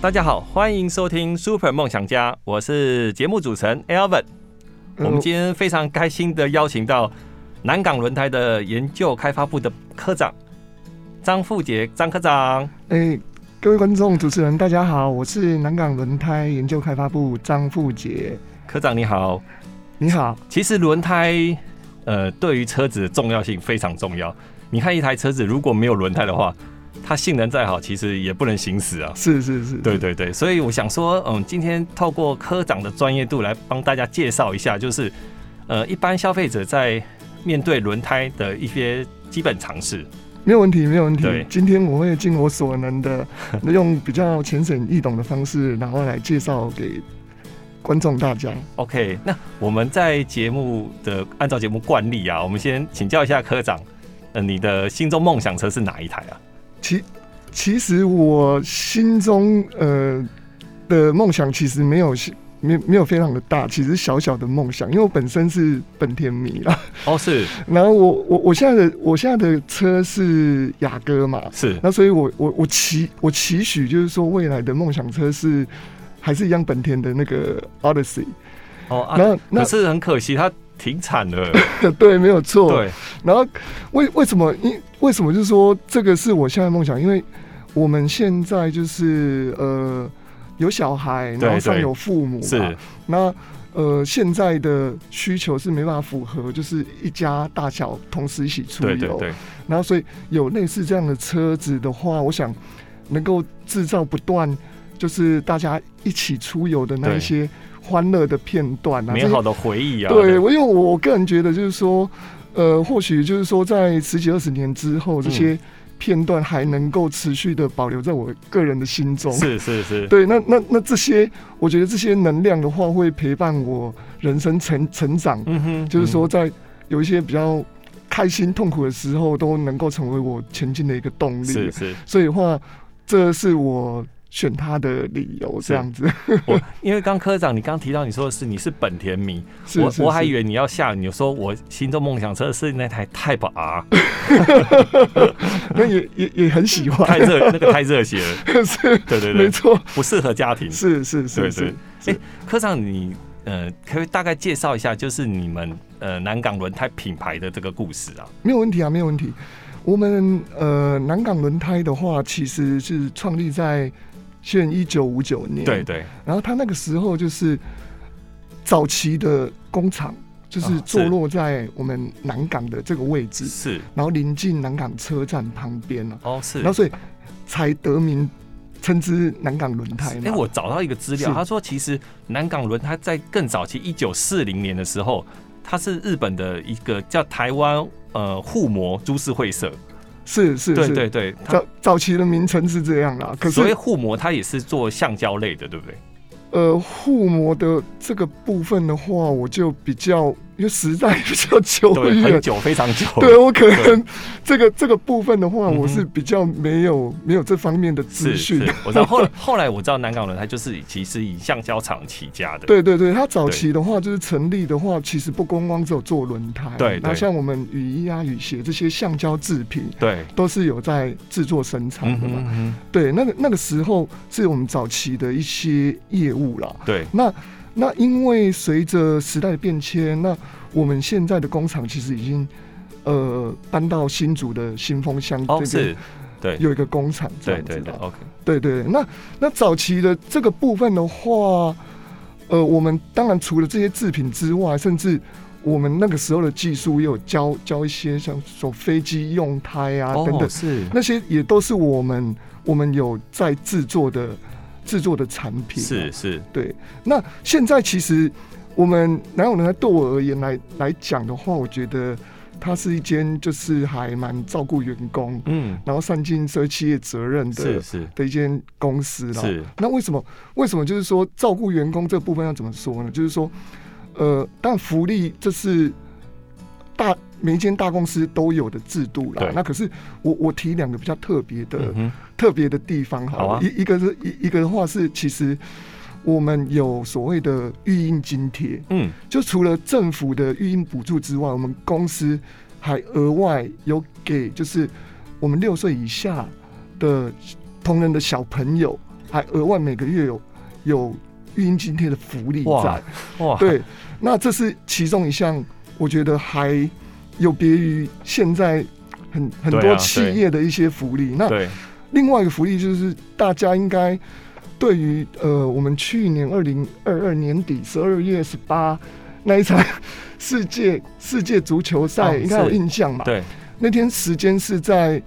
大家好，欢迎收听 Super 梦想家，我是节目主持人 Alvin。我们今天非常开心的邀请到南港轮胎的研究开发部的科长张富杰张科长。哎、各位观众、主持人，大家好，我是南港轮胎研究开发部张富杰。科长你好，你好，其实轮胎，呃，对于车子的重要性非常重要。你看一台车子如果没有轮胎的话，它性能再好，其实也不能行驶啊。是是是，对，对对，所以我想说，嗯，今天透过科长的专业度来帮大家介绍一下，就是呃，一般消费者在面对轮胎的一些基本常识。没有问题，没有问题对。今天我会尽我所能的， 用比较浅显易懂的方式，然后来介绍给观众大家。 OK，那我们在节目的按照节目惯例啊，我们先请教一下科长，呃，你的心中梦想车是哪一台啊？其其实我心中呃的梦想其实没有没没有非常的大，其实小小的梦想，因为我本身是本田迷啦。哦，是然后我我我现在的我现在的车是雅阁嘛，是，那所以我，我我期我期许就是说，未来的梦想车是还是一样本田的那个 Odyssey。 哦啊，然后那可是很可惜，它停产了。 对，没有错。。对，然后为为什么因为什么就是说这个是我现在的梦想？因为我们现在就是呃有小孩，对然后上对有父母嘛，是那呃现在的需求是没办法符合，就是一家大小同时一起出游。对对对，然后所以有类似这样的车子的话，我想能够制造不断就是大家一起出游的那对一些欢乐的片段啊，美这些好的回忆啊。对，我因为我个人觉得就是说，呃，或许就是说在十几二十年之后，这些片段还能够持续的保留在我个人的心中。是是是，对，那那那这些，我觉得这些能量的话，会陪伴我人生成成长。嗯哼就是说嗯在有一些比较开心、痛苦的时候，都能够成为我前进的一个动是力。是，所以的话，这是我选它的理由，这样子。我因为刚科长，你刚提到你说的是你是本田迷， 是是我我还以是为你要吓你，说我心中梦想车是那台啊 Type R，那也也也很喜太欢，热那个太热血了， 是，对对没对，错，不适合家庭。是是对是对是。科长你。呃，可以大概介绍一下，就是你们呃南港轮胎品牌的这个故事啊？没有问题啊，没有问题。我们呃南港轮胎的话，其实是创立在现一九五九年，对，对，然后它那个时候就是早期的工厂，就是啊坐是落在我们南港的这个位置，是然后临近南港车站旁边啊，哦是然后。所以才得名称之南港轮胎哎、嘛。我找到一个资料，是他说其实南港轮胎在更早期，一九四零年的时候，它是日本的一个叫台湾呃护摩株式会社，是是对是，对对，它早早期的名称是这样啦。可所谓是护膜，它也是做橡胶类的，对不对？呃护膜的这个部分的话，我就比较因为时代比较久对，很远。久，非常久。哦对我可能这个这个部分的话，嗯哼我是比较没有没有这方面的资是讯是。，我知道后后来我知道南港轮胎就是以其实以橡胶厂起家的，对对对，它早期的话就是成立的话，其实不光光只有做轮胎，对对那像我们雨衣啊、雨鞋这些橡胶制品，对，都是有在制作生产嗯的嘛。哼嗯对，那个那个时候是我们早期的一些业务啦。哼，对，那那因为随着时代的变迁，那我们现在的工厂其实已经呃搬到新竹的新丰乡哦这边是，对有一个工厂这对样子对对啦。 ，OK，对对对，那那早期的这个部分的话，呃，我们当然除了这些制品之外，甚至我们那个时候的技术也有教教一些像什么飞机用胎啊、等等哦是那些也都是我们我们有在制作的制作的产品、啊。是是，对，那现在其实我们南永人对我而言来来讲的话，我觉得它是一间就是还蛮照顾员工，嗯，然后善尽社会企业责任是的是的一间公司啦。是，那为什么为什么就是说照顾员工这部分要怎么说呢？就是说，呃，但福利这是大每一间大公司都有的制度啦对。那可是我我提两个比较特别的、嗯哼，特别的地方好了，好啊一一个是一一个的话是其实。我们有所谓的育婴津贴，嗯，就除了政府的育婴补助之外，我们公司还额外有给，就是我们六岁以下的同仁的小朋友，还额外每个月有有育婴津贴的福利哇在。哇，，对，那这是其中一项，我觉得还有别于现在很很对啊多企业的一些福利。那对，另外一个福利就是大家应该对于呃，我们去年二零二二年底十二月十八那一场世界世界足球哦赛应该有是印象吧？对，那天时间是在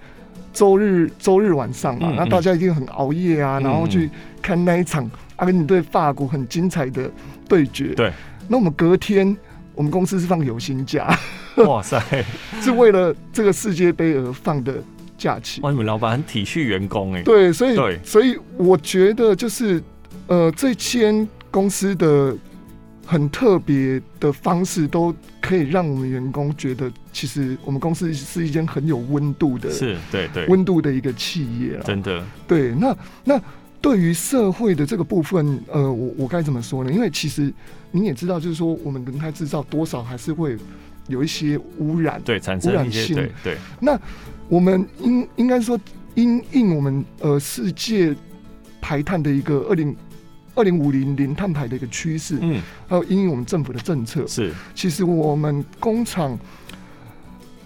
周日周日晚上嘛嗯，那嗯大家一定很熬夜啊，嗯然后去看那一场阿根廷对法国很精彩的对决。对，那我们隔天。我们公司是放有薪假， 哇塞， 是为了这个世界杯而放的假期。哇，你们老板很体恤员工哎，对，所对以所以我觉得就是呃，这间公司的很特别的方式，都可以让我们员工觉得，其实我们公司是一间很有温度的是，对对，温度的一个企业了。真的，对，那那。对于社会的这个部分，呃，我我该怎么说呢？因为其实你也知道，就是说我们轮胎制造多少还是会有一些污染，对，产污生染一些，性对对，我们应应该说因应我们呃世界排碳的一个二零二零五零零碳排的一个趋势，嗯，还有因应我们政府的政策，是，其实我们工厂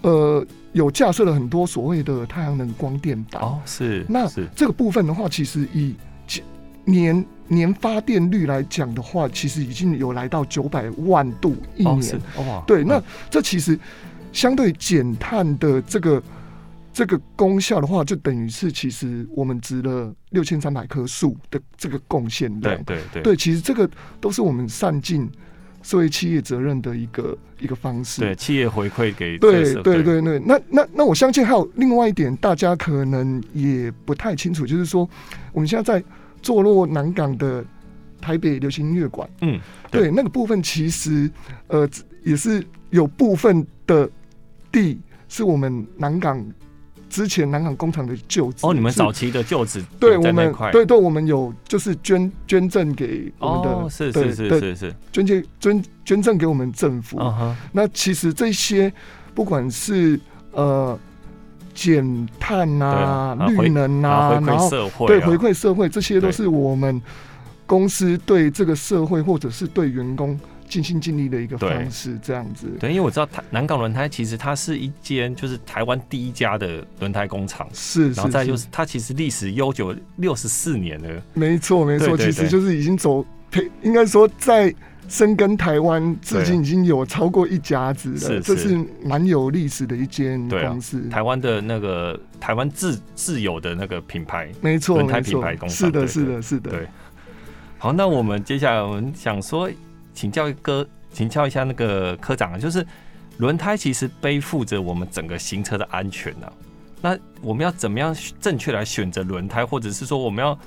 呃有架设了很多所谓的太阳能光电板。哦，是，那是，这个部分的话，其实以其年年发电率来讲的话，其实已经有来到九百万度一哦年。是，哇，对，那嗯这其实相对减碳的这个这个功效的话，就等于是其实我们植了六千三百棵树的这个贡献量对。对对对，其实这个都是我们善尽社会企业责任的一个一个方式。对，企业回馈给这对个社对，对对，那那那我相信还有另外一点，大家可能也不太清楚，就是说我们现在在坐落南港的台北流行音乐馆，嗯，对对那个部分其实呃也是有部分的地是我们南港之前南港工厂的旧址哦，你们是早期的旧址也对在那我们块，对对，我们有就是捐捐赠给我们的、哦，是对是是对是是，捐借捐捐赠给我们政府，嗯哼，那其实这些不管是呃减碳对啊啊、啊回绿能然后啊，回然馈后社会啊，对回馈社会，这些对都是我们公司对这个社会或者是对员工尽心尽力的一个对方式，这样子。对，因为我知道台南港轮胎其实它是一间就是台湾第一家的轮胎工厂，是然后是，再就是是它其实历史悠久六十四年了，没错没对错，对其对实就是已经走陪，应该说在深耕台湾，至今已经有超过一甲子是了，是这是蛮有历史的一间对啊公司。台湾的那个台湾自自有的那个品牌。没错轮胎没品错牌工，厂是对的是对的是的对。好，那我们接下来我们想说，请教一哥，请教一下那个科长啊，就是轮胎其实背负着我们整个行车的安全啊。那我们要怎么样正确来选择轮胎，或者是说我们要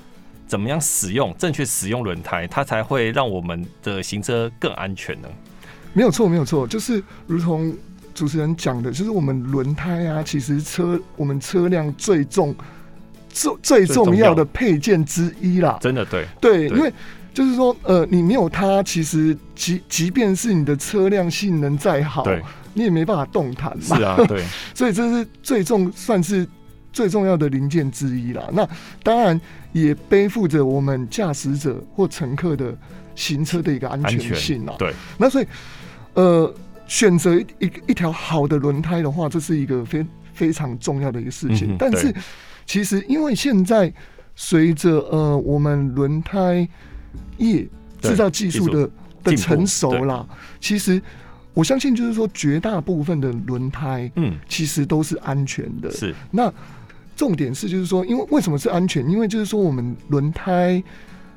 怎么样使用正确使用轮胎，它才会让我们的行车更安全呢？哦没有错，没有错，就是如同主持人讲的，就是我们轮胎啊，其实车我们车辆最重、最最重要重要的配件之一啦。真的对，对，对因为就是说，呃，你没有它，其实即即便是你的车辆性能再好对，你也没办法动弹嘛。是啊，对，所以这是最重，算是最重要的零件之一啦。那当然也背负着我们驾驶者或乘客的行车的一个安安全全性啊。对，那所以，呃，选择一一一条好的轮胎的话，这是一个非非常重要的一个事情。嗯哼但是对，其实因为现在随着呃我们轮胎业对制造技术的技术进步的成熟啦，其实我相信就是说，绝大部分的轮胎嗯，其实都是安全的。是那重点是就是说，因为为什么是安全？因为就是说我们轮胎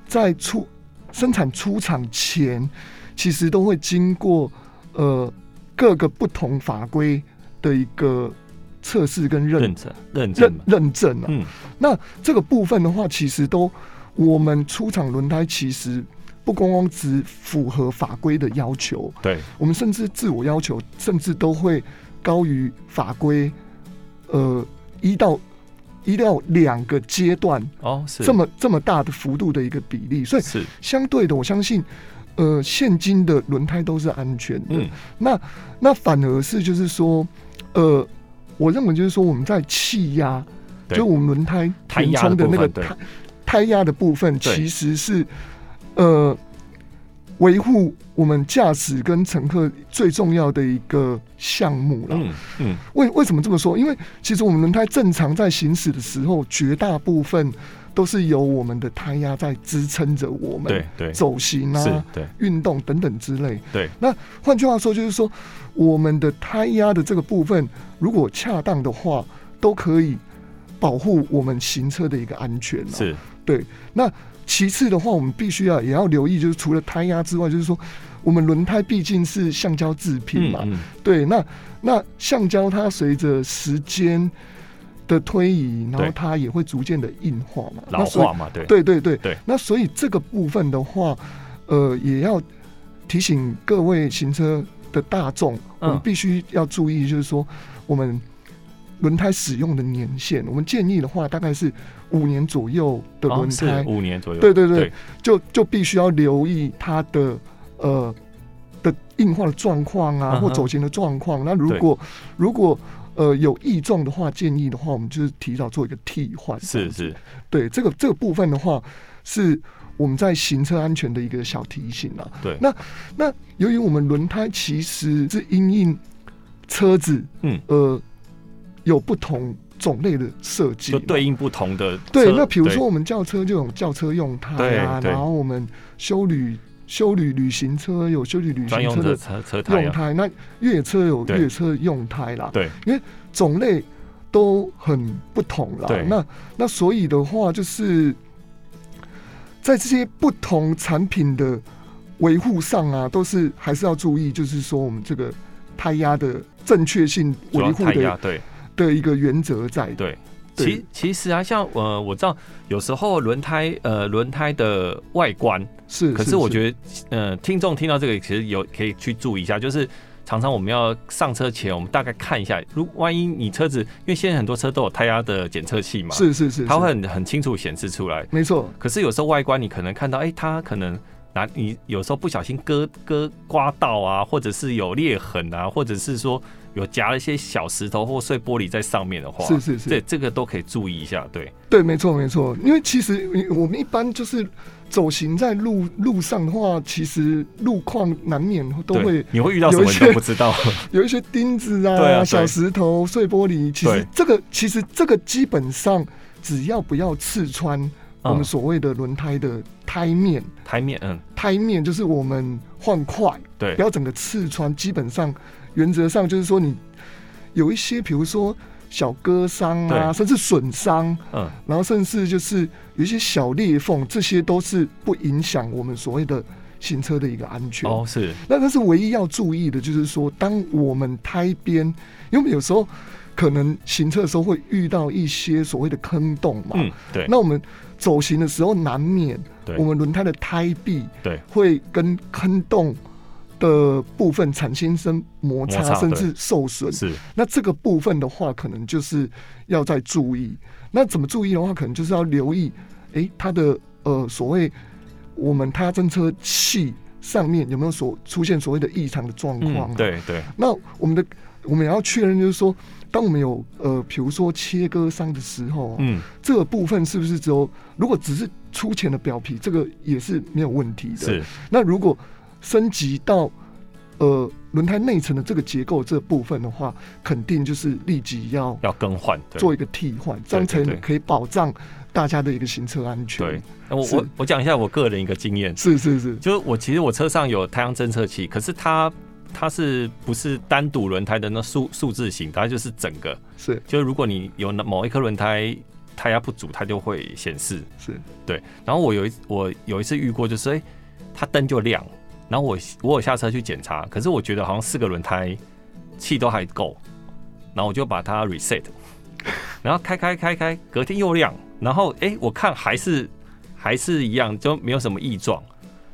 在出生产出厂前，其实都会经过呃各个不同法规的一个测试跟认认证认证认嘛，认证啊。嗯，那这个部分的话，其实都我们出厂轮胎其实不光光只符合法规的要求，对，我们甚至自我要求，甚至都会高于法规，呃，一到一到两个阶段哦，是这么这么大的幅度的一个比例，所以是，相对的，我相信，呃，现今的轮胎都是安全的。嗯，那那反而是就是说，呃，我认为就是说我们在气压，对就是我们轮胎胎填压充的那个的部分对胎胎压的部分，对其实是呃维护我们驾驶跟乘客最重要的一个项目了。嗯嗯，为为什么这么说？因为其实我们轮胎正常在行驶的时候，绝大部分都是由我们的胎压在支撑着我们对对，是，走行啊、对运动等等之类。对，那换句话说，就是说我们的胎压的这个部分，如果恰当的话，都可以保护我们行车的一个安全、啊。。是，那其次的话，我们必须要也要留意，就是除了胎压之外，就是说我们轮胎毕竟是橡胶制品嗯嘛，嗯，对。那那橡胶它随着时间的推移，然后对它也会逐渐的硬化嘛，老那所以化嘛，对，对对对对那所以这个部分的话，呃，也要提醒各位行车的大众，我嗯们必须要注意，就是说我们轮胎使用的年限，我们建议的话大概是五年左右的轮哦是胎，五年左右，对对对对就就必须要留意它的呃的硬化的状况啊，嗯哼或走行的状况。那如对果如果呃有异状的话，建议的话，我们就是提早做一个替换。是是，对这个这个部分的话，是我们在行车安全的一个小提醒啊。对，那那由于我们轮胎其实是因应车子，嗯呃，有不同种类的设计就嘛，对应不同的对。车那比如说我们轿车就有轿车用胎啊，对对然后我们修旅修旅旅行车有修旅旅专行用车的的车车胎用啊，胎，那越野车有对越野车用胎啦。对，种类都很不同啦对。那那所以的话，就是在这些不同产品的维护上啊，都是还是要注意，就是说我们这个胎压的正确性主维要护胎压的对。的一个原则在。对，对其其实啊，像呃，我知道有时候轮胎呃轮胎的外观，是，可是我觉得呃听众听到这个其实有可以去注意一下，就是常常我们要上车前，我们大概看一下，如万一你车子，因为现在很多车都有胎压的检测器嘛，是是是，它是会很很清楚显示出来。没错，可是有时候外观你可能看到，哎、它可能。拿你有时候不小心割割刮到啊，或者是有裂痕啊，或者是说有夹了一些小石头或碎玻璃在上面的话，是是这是，这个都可以注意一下，对，对，没错没错。因为其实我们一般就是走行在路路上的话，其实路况难免都对会你会遇到什有一么你些都不知道， 有一些钉子啊、对啊对小石头、碎玻璃，其实对这个其实这个基本上只要不要刺穿我们嗯所谓的轮胎的胎面，台面，嗯，胎面就是我们换块，对不，要整个刺穿，基本上原则上就是说你有一些，比如说小割伤对啊，甚至损伤，嗯，然后甚至就是有一些小裂缝，这些都是不影响我们所谓的行车的一个安全。哦，是，那但是唯一要注意的就是说，当我们胎边，因为我们有时候可能行车的时候会遇到一些所谓的坑洞嘛，嗯，对，那我们走行的时候难免对我们轮胎的胎壁对会跟坑洞的部分产生生摩擦，摩擦甚对至受损。是，那这个部分的话，可能就是要再注意。那怎么注意的话，可能就是要留意，诶、它的呃所谓我们它侦测器上面有没有所出现所谓的异常的状况、嗯，。对对，那我们的我们也要确认，就是说，当我们有呃，比如说切割伤的时候、啊，嗯，这个部分是不是只有如果只是粗浅的表皮，这个也是没有问题的。是，那如果升级到呃轮胎内层的这个结构这部分的话，肯定就是立即要要更换，对做一个替换，这样才对对能可以保障大家的一个行车安全。对，那我是我我讲一下我个人一个经验，是是是，就是我其实我车上有太阳侦测器，可是它它是不是单独轮胎的那数数字型，它就是整个。是就是如果你有那某一颗轮胎胎压不足，它就会显示。是，对，然后我有一我有一次遇过，就是哎、诶它灯就亮，然后我我有下车去检查，可是我觉得好像四个轮胎气都还够，然后我就把它 reset，然后开开开开，隔天又亮，然后哎、诶我看还是还是一样，就没有什么异状，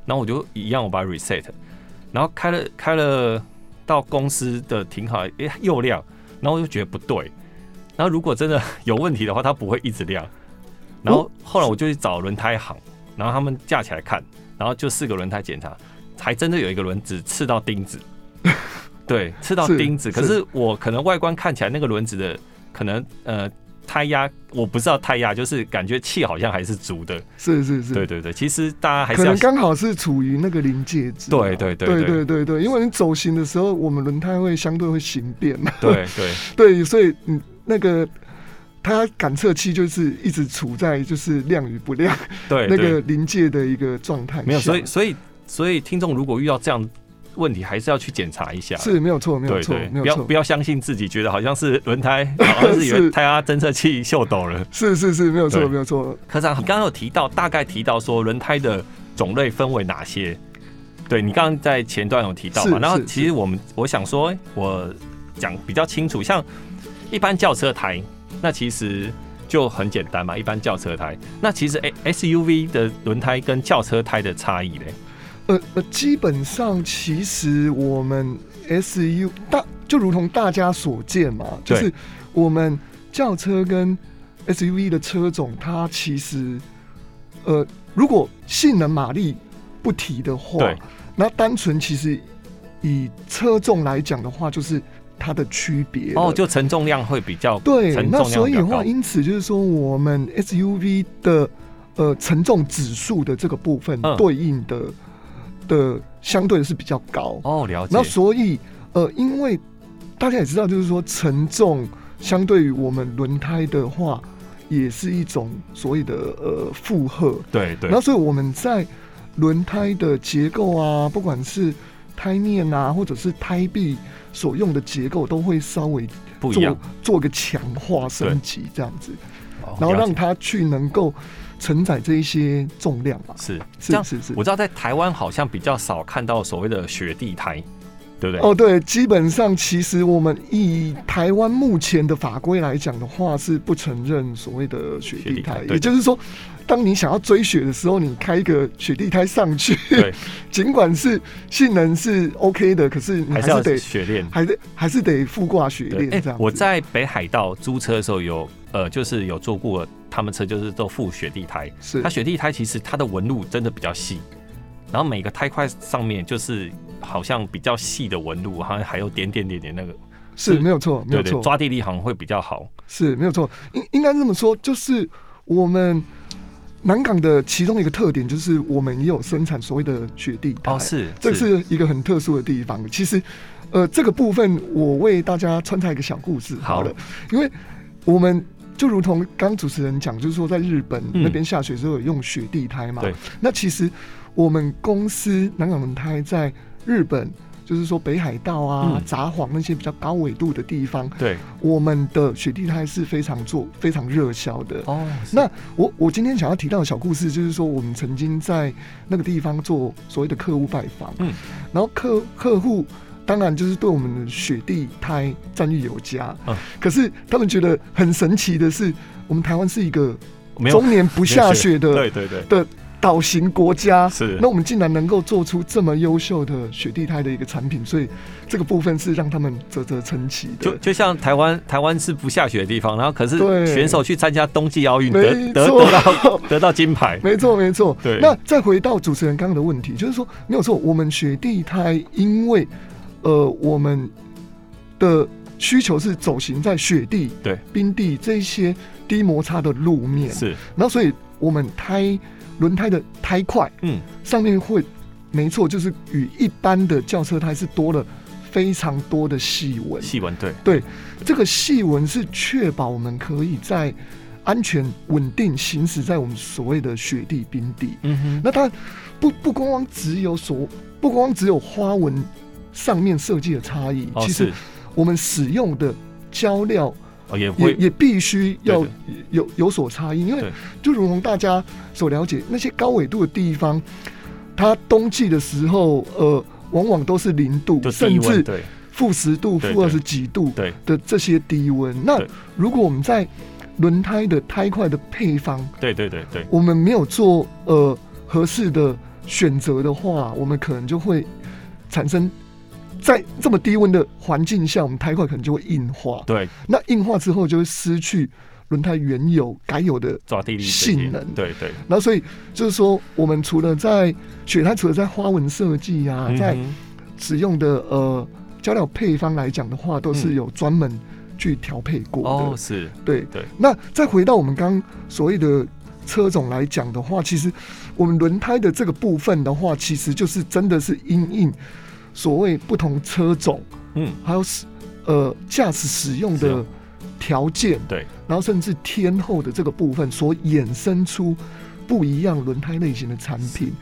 然后我就一样我把它 reset，然后开了开了到公司的停好，哎、又亮，然后我就觉得不对，然后如果真的有问题的话，它不会一直亮。然后后来我就去找轮胎行，然后他们架起来看，然后就四个轮胎检查，还真的有一个轮子刺到钉 子，对，刺到是钉子。可是是我可能外观看起来那个轮子的可能呃胎压，我不知道胎压，就是感觉气好像还是足的。是是是，对对对，其实大家还可是要能刚好是处于那个临界值啊、对对对对对对对对，因为你走行的时候，我们轮胎会相对会形变嘛， 对对 对，所以你那个它感测器就是一直处在就是亮与不亮哎对 那对，个临界的一个状态下，没有，所以所以所以听众如果遇到这样问题，还是要去检查一下。是没有错，没有对错对，，不没有要错不，要相信自己，觉得好像是轮胎，好像是以为 是胎压侦测器秀抖了。是是是，没有错，对没有错，科长，你刚刚有提到，大概提到说轮胎的种类分为哪些？对你刚刚在前段有提到嘛是？然后是其实我们我想说，哎我讲比较清楚，像一般轿车胎，那其实就很简单嘛，一般轿车胎。那其实哎 S U V 的轮胎跟轿车胎的差异嘞，呃呃，基本上其实我们 SU 大就如同大家所见嘛，就对是我们轿车跟 SUV 的车种，它其实呃，如果性能马力不提的话对，那单纯其实以车重来讲的话，就是它的区别了哦，就承重量会比较对，承那重量所比以较的高话，。因此就是说，我们 SUV 的呃承重指数的这个部分嗯对应的、的相对是比较高。哦，了解那。所以呃，因为大家也知道，就是说承重相对于我们轮胎的话，也是一种所谓的呃负荷。对对然后，所以我们在轮胎的结构啊，不管是胎面啊，或者是胎壁所用的结构，都会稍微不一样做。做个强化升级这样子，哦然后了解让它去能够承载这一些重量嘛。是这是样。是是我，知道在台湾好像比较少看到所谓的雪地胎，对不对？哦对，基本上其实我们以台湾目前的法规来讲的话，是不承认所谓的雪雪地地胎胎，对也就是说，当你想要追雪的时候，你开一个雪地胎上去对， 尽管是性能是 OK 的，可是你还嗯还是要是得雪链。还得还是得附挂雪对，链哎这样子。我在北海道租车的时候有，呃，就是有坐过他们车，就是都附雪地胎。是它雪地胎其实它的纹路真的比较细，然后每个胎块上面就是好像比较细的纹路，好像还有点点点点那个，是没有错，没对有对，错，抓地力好像会比较好。是没有错，应应该这么说，就是我们南港的其中一个特点，就是我们也有生产所谓的雪地胎，哦，是，哎这是一个很特殊的地方。其实，呃，这个部分我为大家穿插一个小故事好了，因为我们。就如同刚主持人讲，就是说在日本嗯那边下雪之后有用雪地胎嘛，对那其实我们公司南港轮胎在日本，就是说北海道啊嗯、札幌那些比较高纬度的地方，对，我们的雪地胎是非常做非常热销的。哦，是那我我今天想要提到的小故事，就是说我们曾经在那个地方做所谓的客户拜访，嗯，然后客客户当然就是对我们的雪地胎赞誉有加，嗯可是他们觉得很神奇的是，我们台湾是一个没有终年不下雪的 对对对，岛型国家，是那我们竟然能够做出这么优秀的雪地胎的一个产品，所以这个部分是让他们啧啧称奇的。就就像台湾，台湾是不下雪的地方，然后可是对选手去参加冬季奥运没得得错得到得到金牌，没错，没错。 对那再回到主持人刚刚的问题，就是说没有错，我们雪地胎因为呃我们的需求是走行在雪地、对冰地这一些低摩擦的路面，是然后所以我们胎轮胎的胎块嗯上面会没错，就是与一般的轿车胎是多了非常多的细纹，细纹对这个细纹是确保我们可以在安全稳定行驶在我们所谓的雪地冰地。嗯哼那它不不光光只有所不光光只有花纹上面设计的差异，哦其实是我们使用的胶料哦也也会也必须要对有有所差异，因为对就如同大家所了解，那些高纬度的地方，它冬季的时候，呃，往往都是零度，就低甚温至对负十度、对负二对十几度对的这些低温。那对如果我们在轮胎的胎块的配方，对对对对我们没有做呃合适的选择的话，我们可能就会产生在这么低温的环境下，我们胎块可能就会硬化。对那硬化之后就会失去轮胎原有该有的，抓地力这些性能对对然后所以就是说，我们除了在雪胎，除了在花纹设计啊，嗯在哼使用的呃胶料配方来讲的话，都是嗯有专门去调配过的。哦是对对那再回到我们刚刚所谓的车种来讲的话，其实我们轮胎的这个部分的话，其实就是真的是因应所谓不同车种，嗯还有使呃驾驶使用使的用条件，对，然后甚至天后的这个部分所衍生出不一样轮胎类型的产品，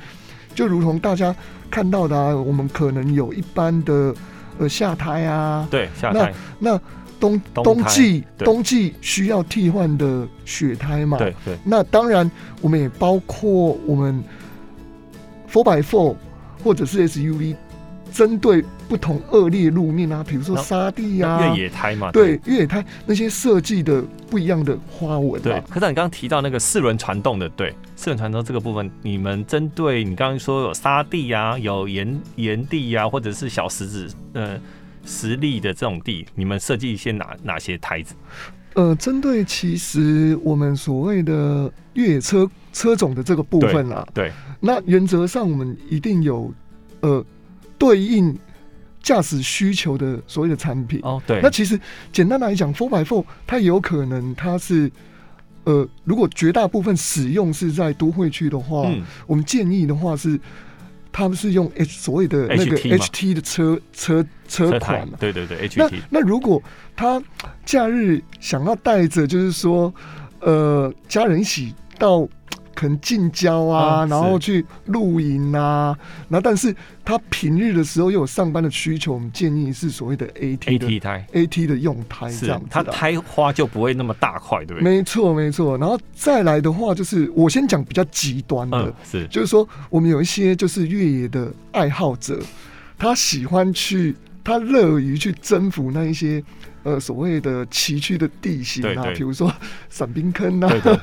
就如同大家看到的、啊，我们可能有一般的呃下胎啊，对下那台那冬冬冬胎季对冬季需要替换的雪胎嘛？对对那当然，我们也包括我们 Four by Four 或者是 SUV，针对不同恶劣路面啊，比如说那沙地啊、那越野胎嘛对越野胎那些设计的不一样的花纹、啊。对，科长，你刚刚提到那个四轮传动的，对，四轮传动这个部分，你们针对你刚刚说有沙地啊、有岩岩地啊，或者是小石子，呃，石砾的这种地，你们设计一些哪哪些台子？呃，针对其实我们所谓的越野车车种的这个部分啊啦、对对那原则上我们一定有呃对应驾驶需求的所谓的产品。哦，对那，其实简单来讲，Four by Four 它也有可能它是呃，如果绝大部分使用是在都会区的话，嗯，我们建议的话是。他们是用 H 所谓的那个 HT 嘛 HT 的车车车车台款啊嘛，对对对，H 那 T，那如果他假日想要带着，就是说，呃，家人一起到可能近郊啊，嗯然后是去露营啊，然后但是他平日的时候又有上班的需求，我们建议是所谓的 AT A 的 T 胎 AT 的用胎这是样，子它啦。胎花就不会那么大块，对不对？没错没错，然后再来的话，就是我先讲比较极端的，嗯，是就是说，我们有一些就是越野的爱好者，他喜欢去，他乐于去征服那一些呃所谓的崎岖的地形对啊，对比如说伞兵坑啊对对，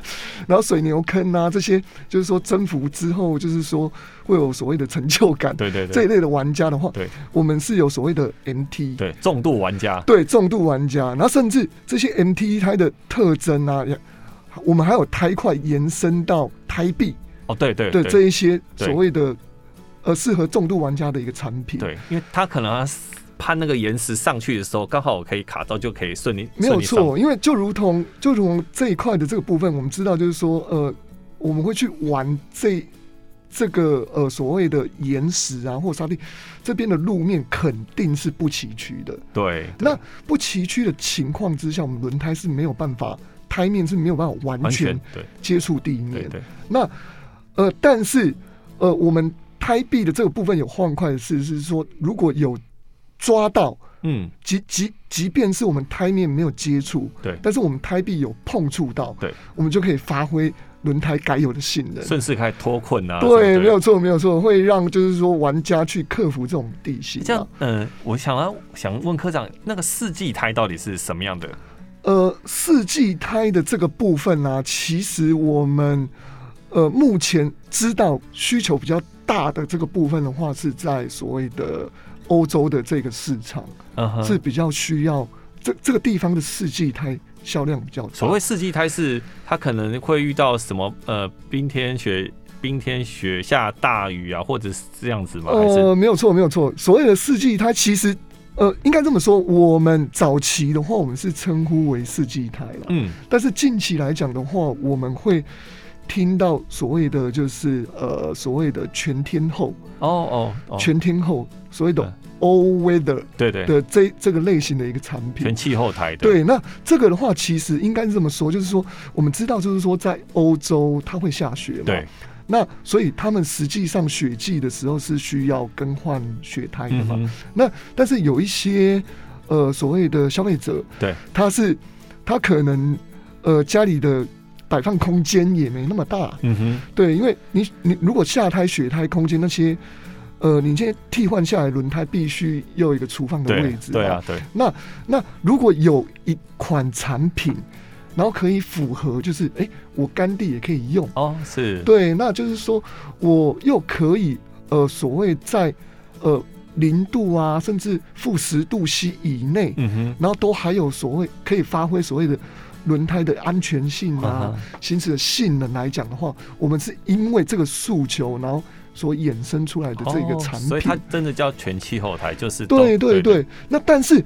然后水牛坑啊这些，就是说征服之后，就是说会有所谓的成就感。对对这一对类的玩家的话，对我们是有所谓的 MT，对，重度玩家，对重度玩家，然后甚至这些 MT 胎的特征啊，也我们还有胎块延伸到胎壁。哦，对对对这一些对所谓的呃适合重度玩家的一个产品。，对，因为它可能它攀那个岩石上去的时候，刚好我可以卡到，就可以顺利没有，顺利上错，因为就如同就如同这一块的这个部分，我们知道就是说呃我们会去玩这。这个呃所谓的岩石啊或沙地，这边的路面肯定是不崎岖的。对，对那不崎岖的情况之下，我们轮胎是没有办法，胎面是没有办法完完全全对接触地面对的。对那呃，但是呃，我们胎壁的这个部分有换块的是，是说如果有抓到，嗯，即即即便是我们胎面没有接触，对但是我们胎壁有碰触到，对，我们就可以发挥轮胎该有的性能。顺势开始脱困啊，什么对，的没有。错，没有错，会让就是说玩家去克服这种地形、啊。这样，嗯、我想要想问科长，那个四季胎到底是什么样的？呃，四季胎的这个部分呢、其实我们呃目前知道需求比较大的这个部分的话，是在所谓的欧洲的这个市场、嗯哼，是比较需要这这个地方的四季胎销量比较大。所谓四季胎是它可能会遇到什么呃冰天雪冰天雪下大雨啊，或者是这样子吗？还是呃，没有错，没有错，所谓的四季胎其实。呃，应该这么说，我们早期的话，我们是称呼为四季胎了。嗯但是近期来讲的话，我们会听到所谓的就是呃所谓的全天候、哦哦，哦全天候所谓嗯的 all weather 对对，的这这个类型的一个产品全。气候台的，对，那这个的话，其实应该是这么说，就是说，我们知道，就是说，在欧洲它会下雪嘛，对，那所以他们实际上雪季的时候是需要更换雪胎的嗯嘛。哼，那但是有一些呃所谓的消费者，对，他是他可能呃家里的摆放空间也没那么大，嗯哼，对，因为你你如果下胎、雪胎空间那些。呃，你现在替换下来轮胎必须要有一个储放的位对置，对啊，，对，那那如果有一款产品，然后可以符合，就是哎、诶我干地也可以用，哦是，对，那就是说我又可以呃，所谓在呃零度啊，甚至负十度 C 以内，嗯哼，然后都还有所谓可以发挥所谓的轮胎的安全性啊嗯、行驶的性能来讲的话，我们是因为这个诉求，然后所衍生出来的这个哦产品，所以它真的叫全气候台，就是都对对对，那但是，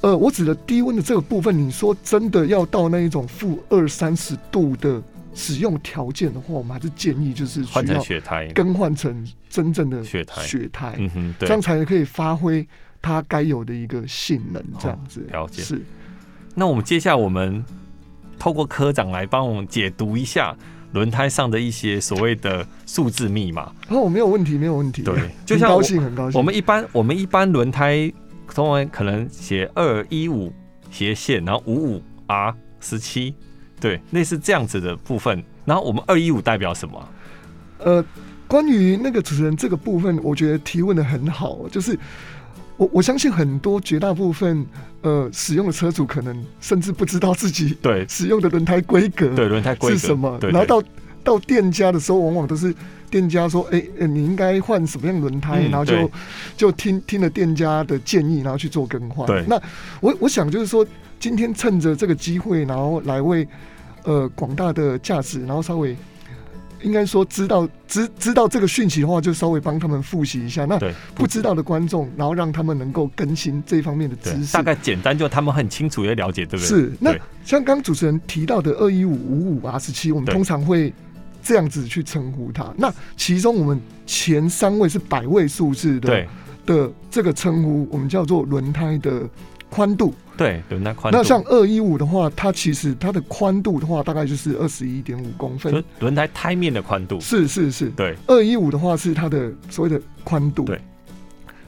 呃，我指的低温的这个部分，你说真的要到那一种负二三十度的使用条件的话，我们还是建议就是需换成要雪胎，更换成真正的雪胎雪胎，嗯哼，这对样。才可以发挥它该有的一个性能，这样子。哦了解是那我们接下来我们透过科长来帮我们解读一下轮胎上的一些所谓的数字密码。哦，没有问题，没有问题。对就很像高我兴，很高兴。我们一般我们一般轮胎通常可能写二一五斜线，然后五五 R 十七，对，类似这样子的部分。然后我们二一五代表什么啊？呃，关于那个主持人这个部分，我觉得提问的很好，就是我我相信很多绝大部分呃使用的车主可能甚至不知道自己 对使用的轮胎规格对，轮胎规格是什么，对然对后到到店家的时候，往往都是。店家说：“哎、呃你应该换什么样的轮胎？”嗯然后对就就听听了店家的建议，然后去做更换。对那我我想就是说，今天趁着这个机会，然后来为呃广大的价值，然后稍微应该说知道知知道这个讯息的话，就稍微帮他们复习一下。那对不知道的观众，然后让他们能够更新这方面的对知，识大。概简单就他们很清楚也了解，对不对？是，那对像刚主持人提到的二一五五五 R 十七，我们对通常会这样子去称呼它。那其中我们前三位是百位数字的对的这个称呼，我们叫做轮胎的宽度。对轮胎宽度。那像二一五的话，它其实它的宽度的话，大概就是二十一点五公分轮。轮胎胎面的宽度，是是是，对二一五的话是它的所谓的宽度。对。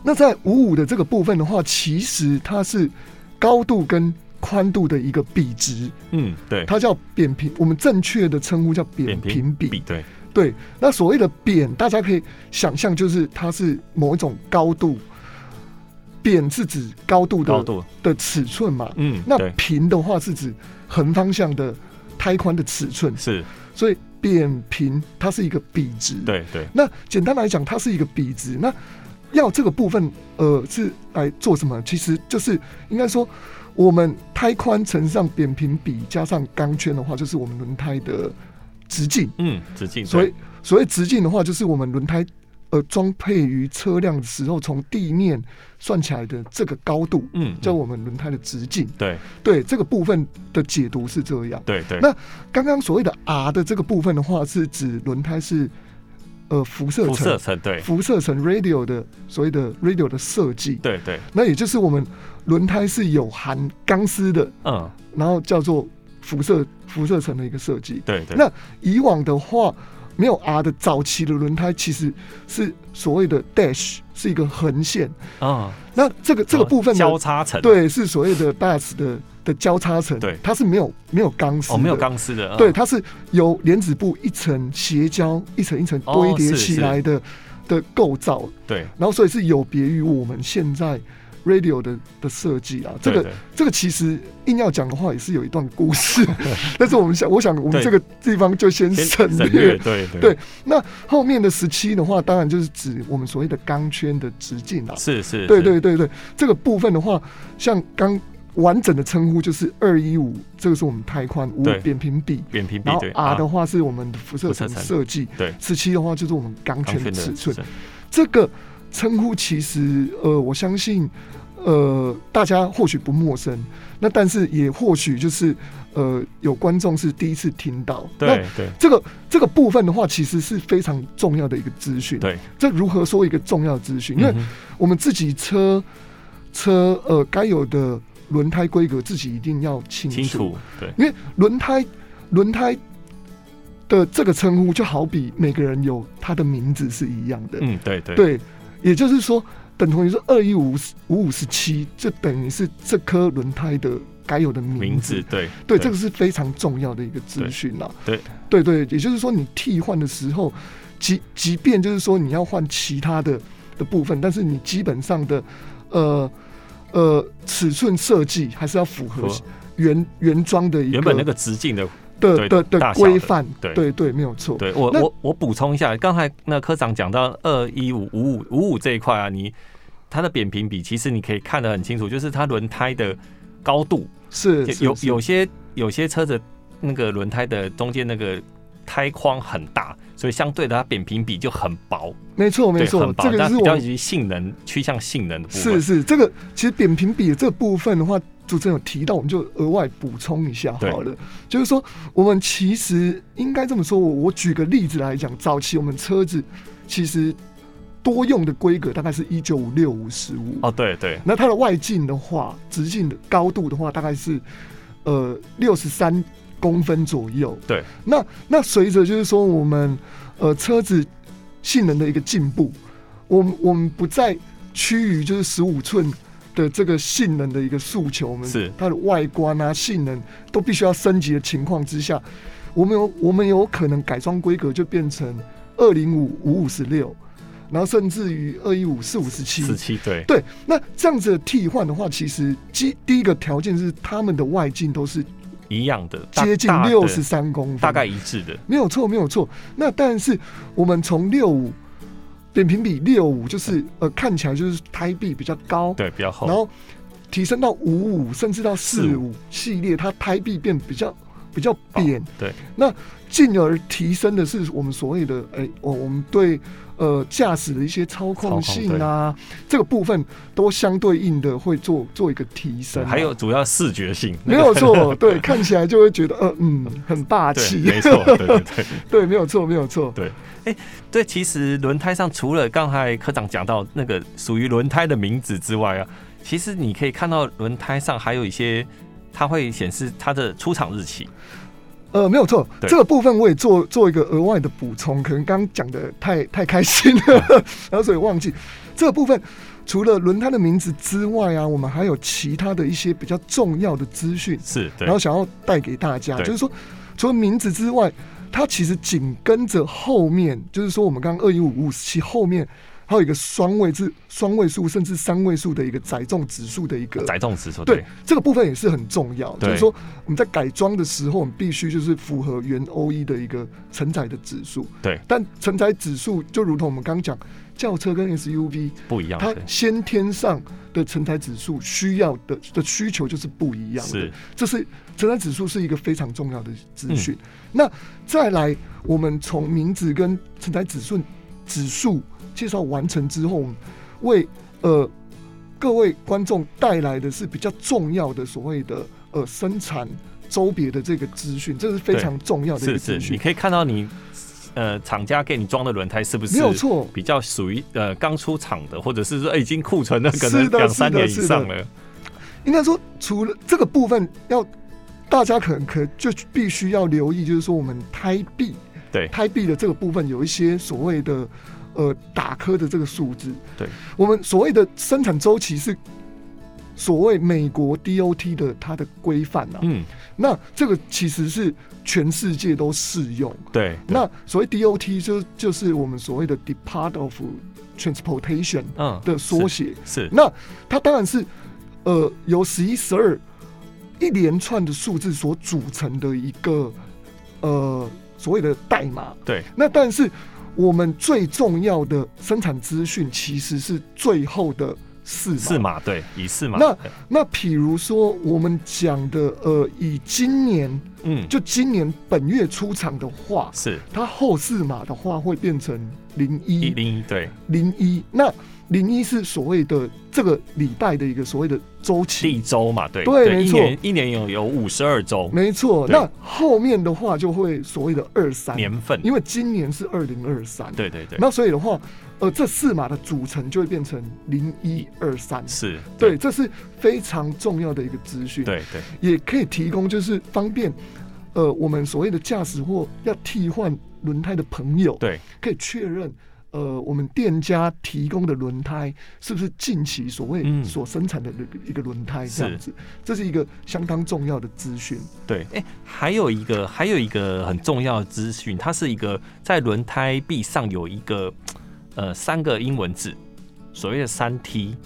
那在五五的这个部分的话，其实它是高度跟宽度的一个比值，嗯对，它叫扁平。我们正确的称呼叫扁平比。对对，那所谓的扁，大家可以想象，就是它是某一种高度。扁是指高度的高度，的尺寸嘛？嗯那对平的话是指横方向的胎宽的尺寸，是，所以扁平它是一个比值。对对那简单来讲，它是一个比值。那要这个部分，呃，是来做什么？其实就是应该说，我们胎宽乘上扁平比加上钢圈的话，就是我们轮胎的直径。嗯直径，所对以，所谓直径的话，就是我们轮胎呃装配于车辆的时候，从地面算起来的这个高度，嗯叫嗯我们轮胎的直径。对对这个部分的解读是这样。对对，那刚刚所谓的 R 的这个部分的话，是指轮胎是呃辐射辐层射层对辐射层 radio 的所谓的 radio 的设计，对对，那也就是我们轮胎是有含钢丝的，嗯然后叫做辐射辐射层的一个设计。对对，那以往的话，没有 R 的早期的轮胎其实是所谓的 dash 是一个横线，啊那这个这个哦部分呢交，叉层对是所谓的 dash 的的交叉层，对它是没有没有钢丝的，哦没有钢丝的，嗯对，它是由莲子布一层斜胶一层一层哦堆叠是起是来的、的构造，对然后所以是有别于我们现在 radio 的的设计啊。这对个对这个其实硬要讲的话，也是有一段故 事，但是我们想，我想我们这个地方就先先省省略略。对对对，那后面的十七的话，当然就是指我们所谓的钢圈的直径啊。是是，对是对对对，这个部分的话，像刚完整的称呼就是二一五，这个是我们胎宽五对扁平比。扁平比然后对 R 的啊话是我们的辐射层辐射层设计，对十七的话就是我们钢钢圈的圈的尺寸。这个称呼其实呃，我相信呃大家或许不陌生，那但是也或许就是呃有观众是第一次听到。那对对这个这个部分的话，其实是非常重要的一个资讯。对，这如何说一个重要资讯？因为嗯哼我们自己车车呃该有的轮胎规格自己一定要清楚，清楚对因为轮胎轮胎的这个称呼就好比每个人有他的名字是一样的，嗯对对对，也就是说等同于说二一五五五十七，这等于是这颗轮胎的该有的名名字字对对，这个是非常重要的一个资讯啦。对对对，也就是说，你替换的时候，即即便就是说你要换其他的的部分，但是你基本上的呃呃尺寸设计还是要符合符合原原装的一个原本那个直径的的的对大的小的规范。对对对，没有错。对我那我我补充一下，刚才那科长讲到二一五五五五五这一块啊，你它的扁平比其实你可以看得很清楚，就是它轮胎的高度，是是有是有些有些车子那个轮胎的中间那个呃胎框很大，所以相对的它扁平比就很薄，没错没对，错很，薄这，个但是比我较们于性能趋向性能的部是分。是这个其实扁平比的这部分的话，主持人有提到，我们就额外补充一下好了。就是说，我们其实应该这么说，我我举个例子来讲，早期我们车子其实多用的规格大概是一九五六五十五，哦，对对，那它的外径的话，直径的高度的话，大概是呃六十三公分左右。对，那那随着就是说我们呃车子性能的一个进步，我们我们不再趋于就是十五寸的这个性能的一个诉求，我们是它的外观啊性能都必须要升级的情况之下，我们有我们有可能改装规格就变成二零五五五十六。然后甚至于二一五四五十七，四七对对，那这样子的替换的话，其实第第一个条件是他们的外径都是一样的，大接近大的六十三公分，大概一致的，没有错，没有错。那但是我们从六五扁平比六五，就是呃看起来就是胎壁比较高，对，比较厚，然后提升到五五甚至到四45五系列，它胎壁变比较比较扁，对，那进而提升的是我们所谓的哎、我我们对呃驾驶的一些操控性啊，这个部分都相对应的会做做一个提升啊、还有主要视觉性，没有错，对，看起来就会觉得呃嗯很霸对，气，没错，对对对。 对，没有错，没有错，对，其实轮胎上除了刚才科长讲到那个属于轮胎的名字之外啊，其实你可以看到轮胎上还有一些，它会显示它的出厂日期。呃，没有错，对这个部分我也做做一个额外的补充，可能刚刚讲的太太开心了，嗯 然后所以忘记这个部分。除了轮胎的名字之外啊，我们还有其他的一些比较重要的资讯，是，对然，后想要带给大家，对就是说，除了名字之外，它其实紧跟着后面，就是说我们刚刚二一五五十七后面还有一个双位字、双位数甚至三位数的一个载重指数的一个载重指数。对，这个部分也是很重要，对就是说我们在改装的时候，我们必须就是符合原 O E 的一个承载的指数。对，但承载指数就如同我们刚讲，轿车跟 S U V，不一样。它对，先天上的承载指数需要的的需求就是不一样的。是，这是承载指数是一个非常重要的资讯。嗯那再来，我们从名字跟承载指数指数介绍完成之后，我们为呃各位观众带来的是比较重要的所谓的呃生产周别的这个资讯，这是非常重要的一个是资是，讯你。可以看到你呃厂家给你装的轮胎是不是没有错，比较属于呃刚出厂的，或者是说、哎已经库存了可是能的两三是的年以是的上了。应该说除了这个部分要。大家可能可就必须要留意，就是说我们胎壁对胎壁的这个部分有一些所谓的呃打磕的这个数字。对，我们所谓的生产周期是所谓美国 DOT 的它的规范啊，嗯，那这个其实是全世界都适用。对。对那所谓 DOT 就就是我们所谓的 Depart of Transportation 嗯的缩写。是那它当然是呃由十一、十二一连串的数字所组成的一个呃所谓的代码。对那但是我们最重要的生产资讯其实是最后的四码。四码对以四码。那那比如说我们讲的呃，以今年嗯就今年本月出厂的话，是它后四码的话会变成零一一零一对零一。那零一是所谓的这个礼拜的一个所谓的周期，一周嘛，对对没一错年一年有有五十二周没错。对那后面的话就会所谓的二三，年份，因为今年是二零二三，对对对，那所以的话，呃，这四码的组成就会变成零一二三，是，对，这是非常重要的一个资讯，，对对，也可以提供就是方便，呃，我们所谓的驾驶或要替换轮胎的朋友，对，可以确认。呃，我们店家提供的轮胎是不是近期所谓嗯所生产的一个轮胎这样是子？这是一个相当重要的资讯。对，哎，还有一个还有一个很重要的资讯，它是一个在轮胎壁上有一个呃三个英文字，所谓的三 T，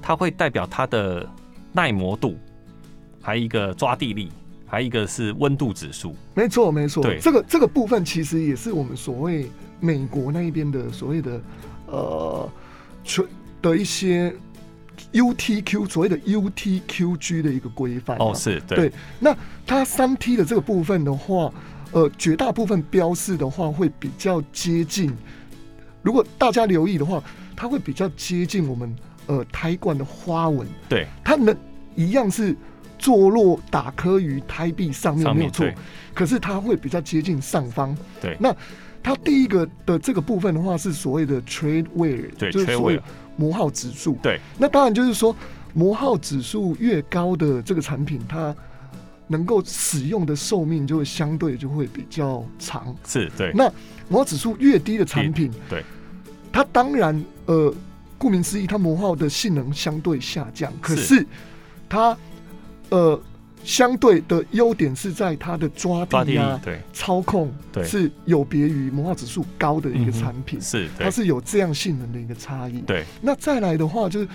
它会代表它的耐磨度，还有一个抓地力，还有一个是温度指数。没错，没错，对这个这个部分其实也是我们所谓美国那一边的所谓的呃，全的一些 UTQ 所谓的 UTQG 的一个规范啊哦，是对对那它三 T 的这个部分的话，呃，绝大部分标示的话会比较接近。如果大家留意的话，它会比较接近我们呃胎冠的花纹，对，它能一样是坐落打磕于胎壁上面上没有面错对，可是它会比较接近上方。对那它第一个的这个部分的话是所谓的 trade wear，对就是 trade 所谓 wear 磨耗指数。对，那当然就是说磨耗指数越高的这个产品，它能够使用的寿命就会相对就会比较长。是对那磨耗指数越低的产品，对，它当然呃，顾名思义，它磨耗的性能相对下降，可是是它呃相对的优点是在它的抓抓地地啊力、对操控对是有别于磨耗指数高的一个嗯哼产品，是它对是有这样性能的一个差异。对那再来的话，就是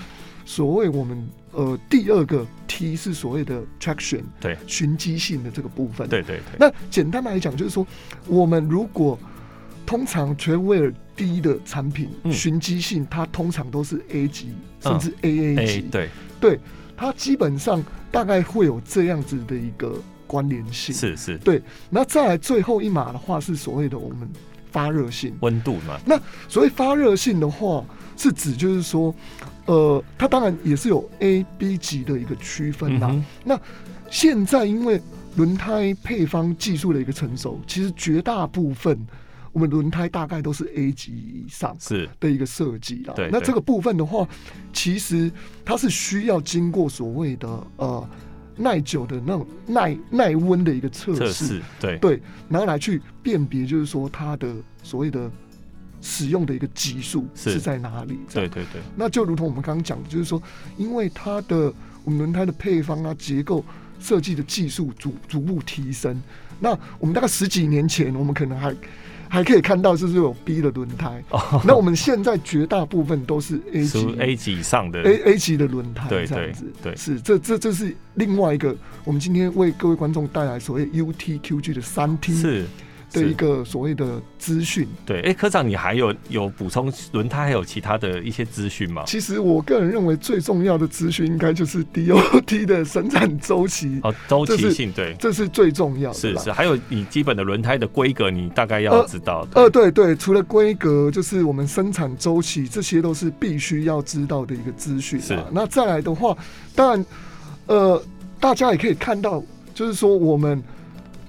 所谓我们呃第二个 T 是所谓的 traction，对循迹性的这个部分。，对对对那简单来讲就是说，我们如果通常 t r a w e r 低的产品，嗯循迹性它通常都是 A 级甚嗯至 AA 级，哎对对，它基本上大概会有这样子的一个关联性。是是那再来最后一码的话是所谓的我们发热性。温度嘛那所谓发热性的话，是指就是说，呃，它当然也是有 A、B 级的一个区分啦、嗯哼现在因为轮胎配方技术的一个成熟，其实绝大部分我们轮胎大概都是 A 级以上是的一个设计啦对。那对这个部分的话，其实它是需要经过所谓的呃耐久的那种耐耐温的一个测测试，试对对，然后来去辨别，就是说它的所谓的使用的一个级数是是在哪里。这样对对对那就如同我们刚刚讲的，就是说，因为它的我们轮胎的配方啊、结构设计的技术逐逐步提升，那我们大概十几年前，我们可能还还可以看到就是有 B 的轮胎，哦那我们现在绝大部分都是 A 属级 A 级以上的 A A 级的轮胎对这样子，对对是这这这是另外一个我们今天为各位观众带来所谓 UTQG 的三 T 是的是一个所谓的资讯。对，哎、科长，你还有有补充轮胎还有其他的一些资讯吗？其实我个人认为最重要的资讯应该就是 DOT 的生产周期，哦，周这期是性对，这是最重要的。是是，。还有你基本的轮胎的规格，你大概要呃知道的。呃，对对，除了规格，就是我们生产周期，这些都是必须要知道的一个资讯是啊。那再来的话，当然，呃，大家也可以看到，就是说我们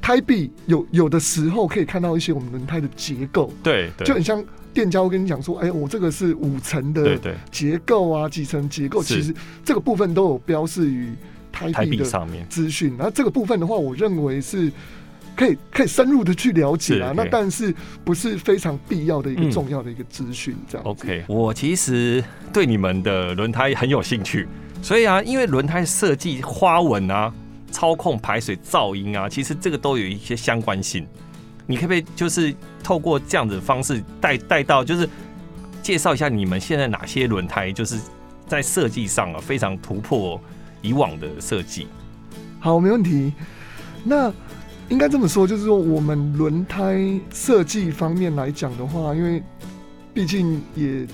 胎壁有有的时候可以看到一些我们轮胎的结构，对就对很像店家会跟你讲说，哎，我这个是五层的对对，结构啊，几层结构，是其实这个部分都有标示于胎胎壁壁的上面资讯。那这个部分的话，我认为是可以可以深入的去了解啊。是那对但是不是非常必要的一个嗯重要的一个资讯，这样子。 OK，我其实对你们的轮胎很有兴趣，所以啊，因为轮胎设计、花纹啊、操控、排水、噪音啊，其实这个都有一些相关性。你可不可以就是透过这样子的方式带带到，就是介绍一下你们现在哪些轮胎就是在设计上啊非常突破以往的设计？好，没问题。那应该这么说，就是说我们轮胎设计方面来讲的话，因为毕竟也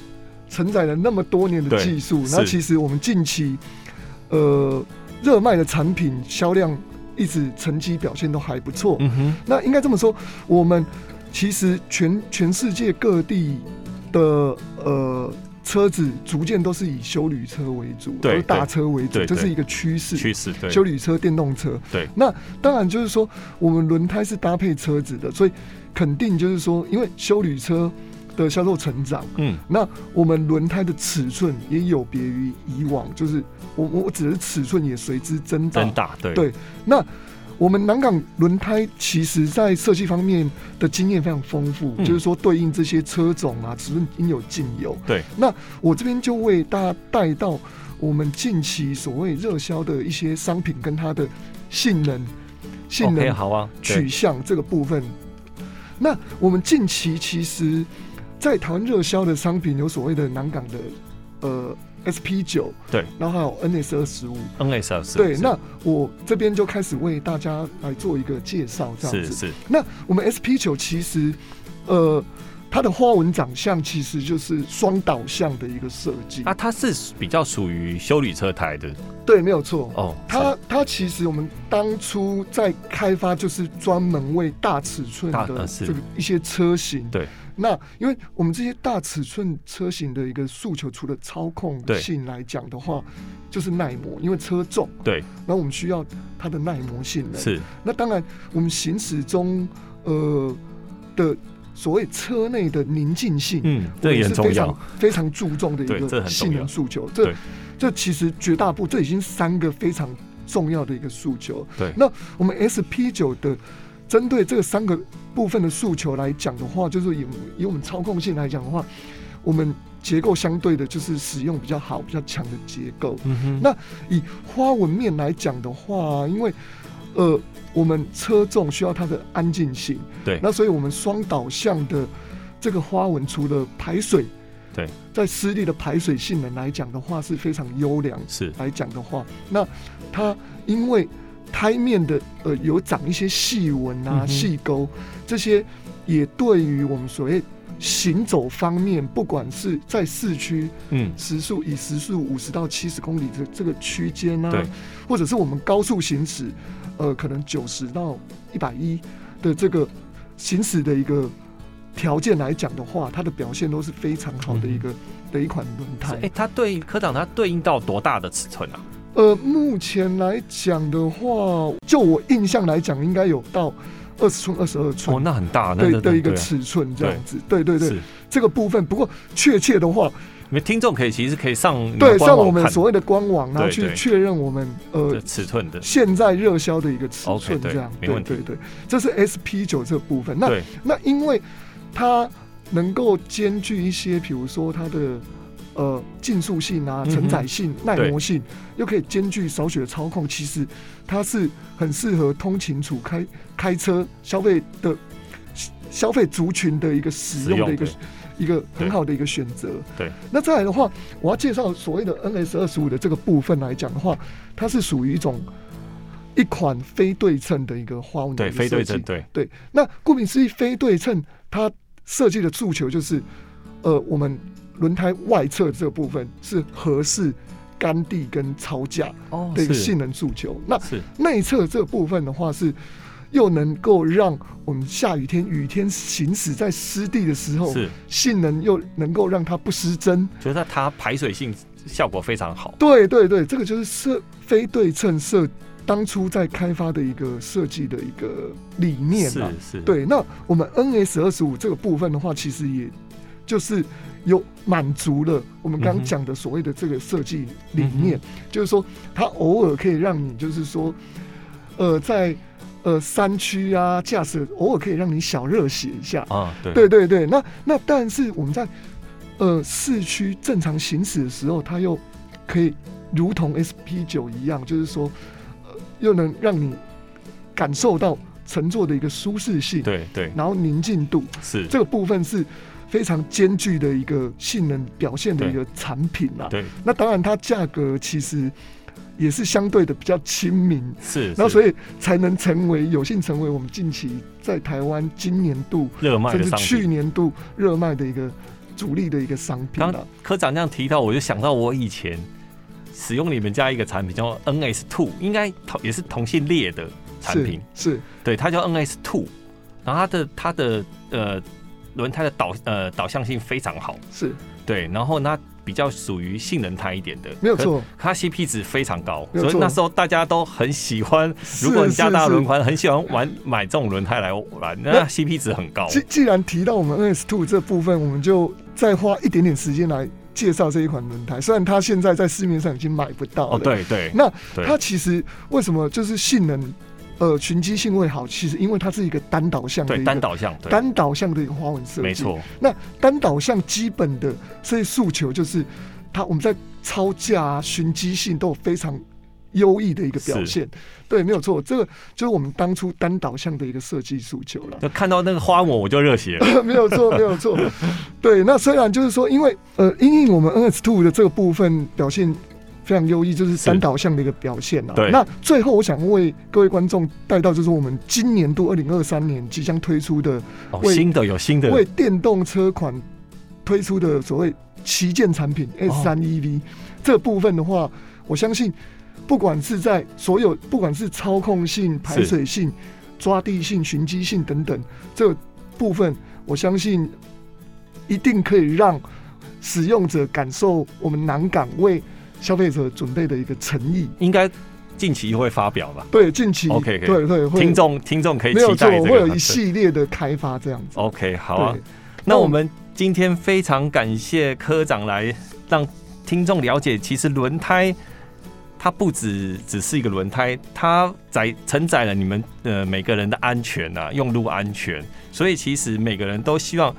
承载了那么多年的对技术，那是其实我们近期呃热卖的产品销量一直成绩表现都还不错。嗯哼，那应该这么说，我们其实全全世界各地的呃车子逐渐都是以休旅车为主，对都是大车为主，对对这是一个趋势。趋势对，修理车、电动车。对那当然就是说，我们轮胎是搭配车子的，所以肯定就是说，因为修理车的销售成长，嗯，那我们轮胎的尺寸也有别于以往，就是我我我指的是尺寸也随之增大。真大啊对对那我们南港轮胎其实在设计方面的经验非常丰富，嗯就是说对应这些车种啊，尺寸应有尽有。对，那我这边就为大家带到我们近期所谓热销的一些商品跟它的性能、性 OK 能好啊，取对向这个部分。那我们近期其实，在台湾热销的商品有所谓的南港的呃 SP 九，对，然后还有 NS 二十五， NS 是对。是那我这边就开始为大家来做一个介绍，这样是子。是那我们 SP 九其实，呃，它的花纹长相其实就是双导向的一个设计啊，它是比较属于修理车台的对，没有错。哦，它它其实我们当初在开发就是专门为大尺寸大的呃是这个一些车型。对。那因为我们这些大尺寸车型的一个诉求，除了操控对性来讲的话，就是耐磨，因为车重，对然后我们需要它的耐磨性能。。是那当然，我们行驶中呃的所谓车内的宁静性，嗯，我这们也是很重要，非常非常注重的一对这很重个要性能诉求。对这这其实绝大部这已经三个非常重要的一个诉求。对那我们 SP 九的针对这三个部分的诉求来讲的话，就是以以我们操控性来讲的话，我们结构相对的就是使用比较好、比较强的结构。嗯哼，那以花纹面来讲的话，因为呃，我们车重需要它的安静性，对那所以我们双导向的这个花纹，除了排水，对，在湿地的排水性能来讲的话是非常优良。是来讲的话，那它因为胎面的呃有长一些细纹嗯啊、哼细沟，这些也对于我们所谓行走方面，不管是在市区嗯时速以时速五十到七十公里的这个区间啊对，或者是我们高速行驶，呃，可能九十到一百一的这个行驶的一个条件来讲的话，它的表现都是非常好嗯的一个、的一款轮是哎胎。，它对应科长它对应到多大的尺寸啊？呃，目前来讲的话，就我印象来讲，应该有到二十寸、二十二哦，寸。那很大，那对那的一个对啊尺寸这样子，对对对，是，这个部分。不过确切的话，你们听众可以其实可以上你们对，官上网我们看所谓的官网，然后对去对确认我们呃这尺寸的，现在热销的一个尺 OK，寸对这样，没对问题对对，这是 SP 九这部分。那嗯对那因为它能够兼具一些，比如说它的呃竞速性啊、嗯哼承载性、耐磨性，又可以兼具少许的操控，其实它是很适合通勤族开开车消费的消费族群的一个使用的一个实一个对很好的一个选择。对，那再来的话，我要介绍所谓的 NS 二十五的这个部分来讲的话，它是属于一种一款非对称的一个花纹的对一个非设对计称，。对对，那顾名思义，非对称它设计的诉求就是，呃，我们轮胎外侧这个部分是合适干地跟槽架哦的一个是性能诉求。那是内侧这部分的话是。又能够让我们下雨天、雨天行驶在湿地的时候，是，性能又能够让它不失真。就是它排水性效果非常好，对对对，这个就是设非对称设当初在开发的一个设计的一个理念是啊。是，对，那我们 NS 二十五这个部分的话，其实也就是有满足了我们刚嗯刚哼嗯讲的所谓的这个设计理念，就是说它偶尔可以让你，就是说，呃，在呃山区啊驾驶，偶尔可以让你小热血一下。啊对对对对，那那但是我们在呃市区正常行驶的时候，它又可以如同 SP 九一样，就是说、呃，又能让你感受到乘坐的一个舒适性，对对然后宁静度，是，这个部分是非常兼具的一个性能表现的一个产品啦、对那当然，它价格其实也是相对的比较亲民，是，然后是所以才能成为有幸成为我们近期在台湾今年度。热卖甚的至商去品。年度热卖的一个主力的一个商品刚啊了。科长这样提到，我就想到我以前使用你们家一个产品叫 NS Two，应该同也是同性列的产品，是是对，它叫 NS Two，然后它的它的呃轮胎的导呃导向性非常好，是对，然后它比较属于性能派一点的，没有可错，它 CP 值非常高，没有所以错那时候大家都很喜欢。是 如果你加大是是轮宽，很喜欢玩买这种轮胎来玩，那 CP 值很高。既既然提到我们 NS Two 这部分，我们就再花一点点时间来介绍这一款轮胎。虽然它现在在市面上已经买不到了，哦，对对，那对它其实为什么就是性能，呃，群机性会好？其实因为它是一个单导向的对一个单导向，对，单导向的一个花纹设计，没。错，那单导向基本的这些诉求就是，它我们在超价啊、循机性都有非常优异的一个表现。对，没有错，这个就是我们当初单导向的一个设计诉求了。就看到那个花膜我就热血了。 没有错，没有错。对，那虽然就是说，因为呃，因应我们 NS Two 的这个部分表现非常优异，就是是单导向的一个表现啊。对那最后我想为各位观众带到，就是我们今年度二零二三年即将推出的哦，为新的有新的为电动车款推出的所谓旗舰产品哦 S 三 EV、这部分的话，我相信不管是在所有不管是操控性、排水性、抓地性、循迹性等等这个部分，我相信一定可以让使用者感受我们南港为消费者准备的一个诚意。应该近期会发表吧？对，近期 OK，OK 对对会听众听众可以没有期错，待这会有个。一系列的开发这样子。 OK，好啊对。那我哦们今天非常感谢科长来让听众了解，其实轮胎它不只只是一个轮胎，它载承载了你们呃每个人的安全啊，用路安全。所以其实每个人都希望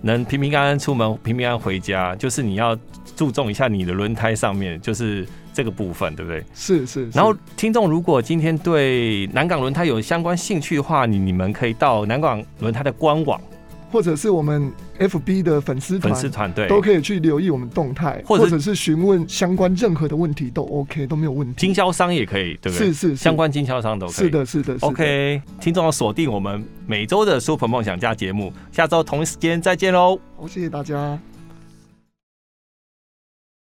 能平平安安出门，平平安安回家，就是你要注重一下你的轮胎上面，就是这个部分，对不对？是是，是然后，听众如果今天对南港轮胎有相关兴趣的话，你你们可以到南港轮胎的官网或者是我们 FB 的粉丝团粉丝团队，都可以去留意我们动态，或或者者是询问相关任何的问题都 OK 都没有问题。经销商也可以，对不对？是是是相关经销商都可以。是的，是的是的 OK，听众要锁定我们每周的 Super 梦想家节目，下周同一时间再见喽。好，谢谢大家。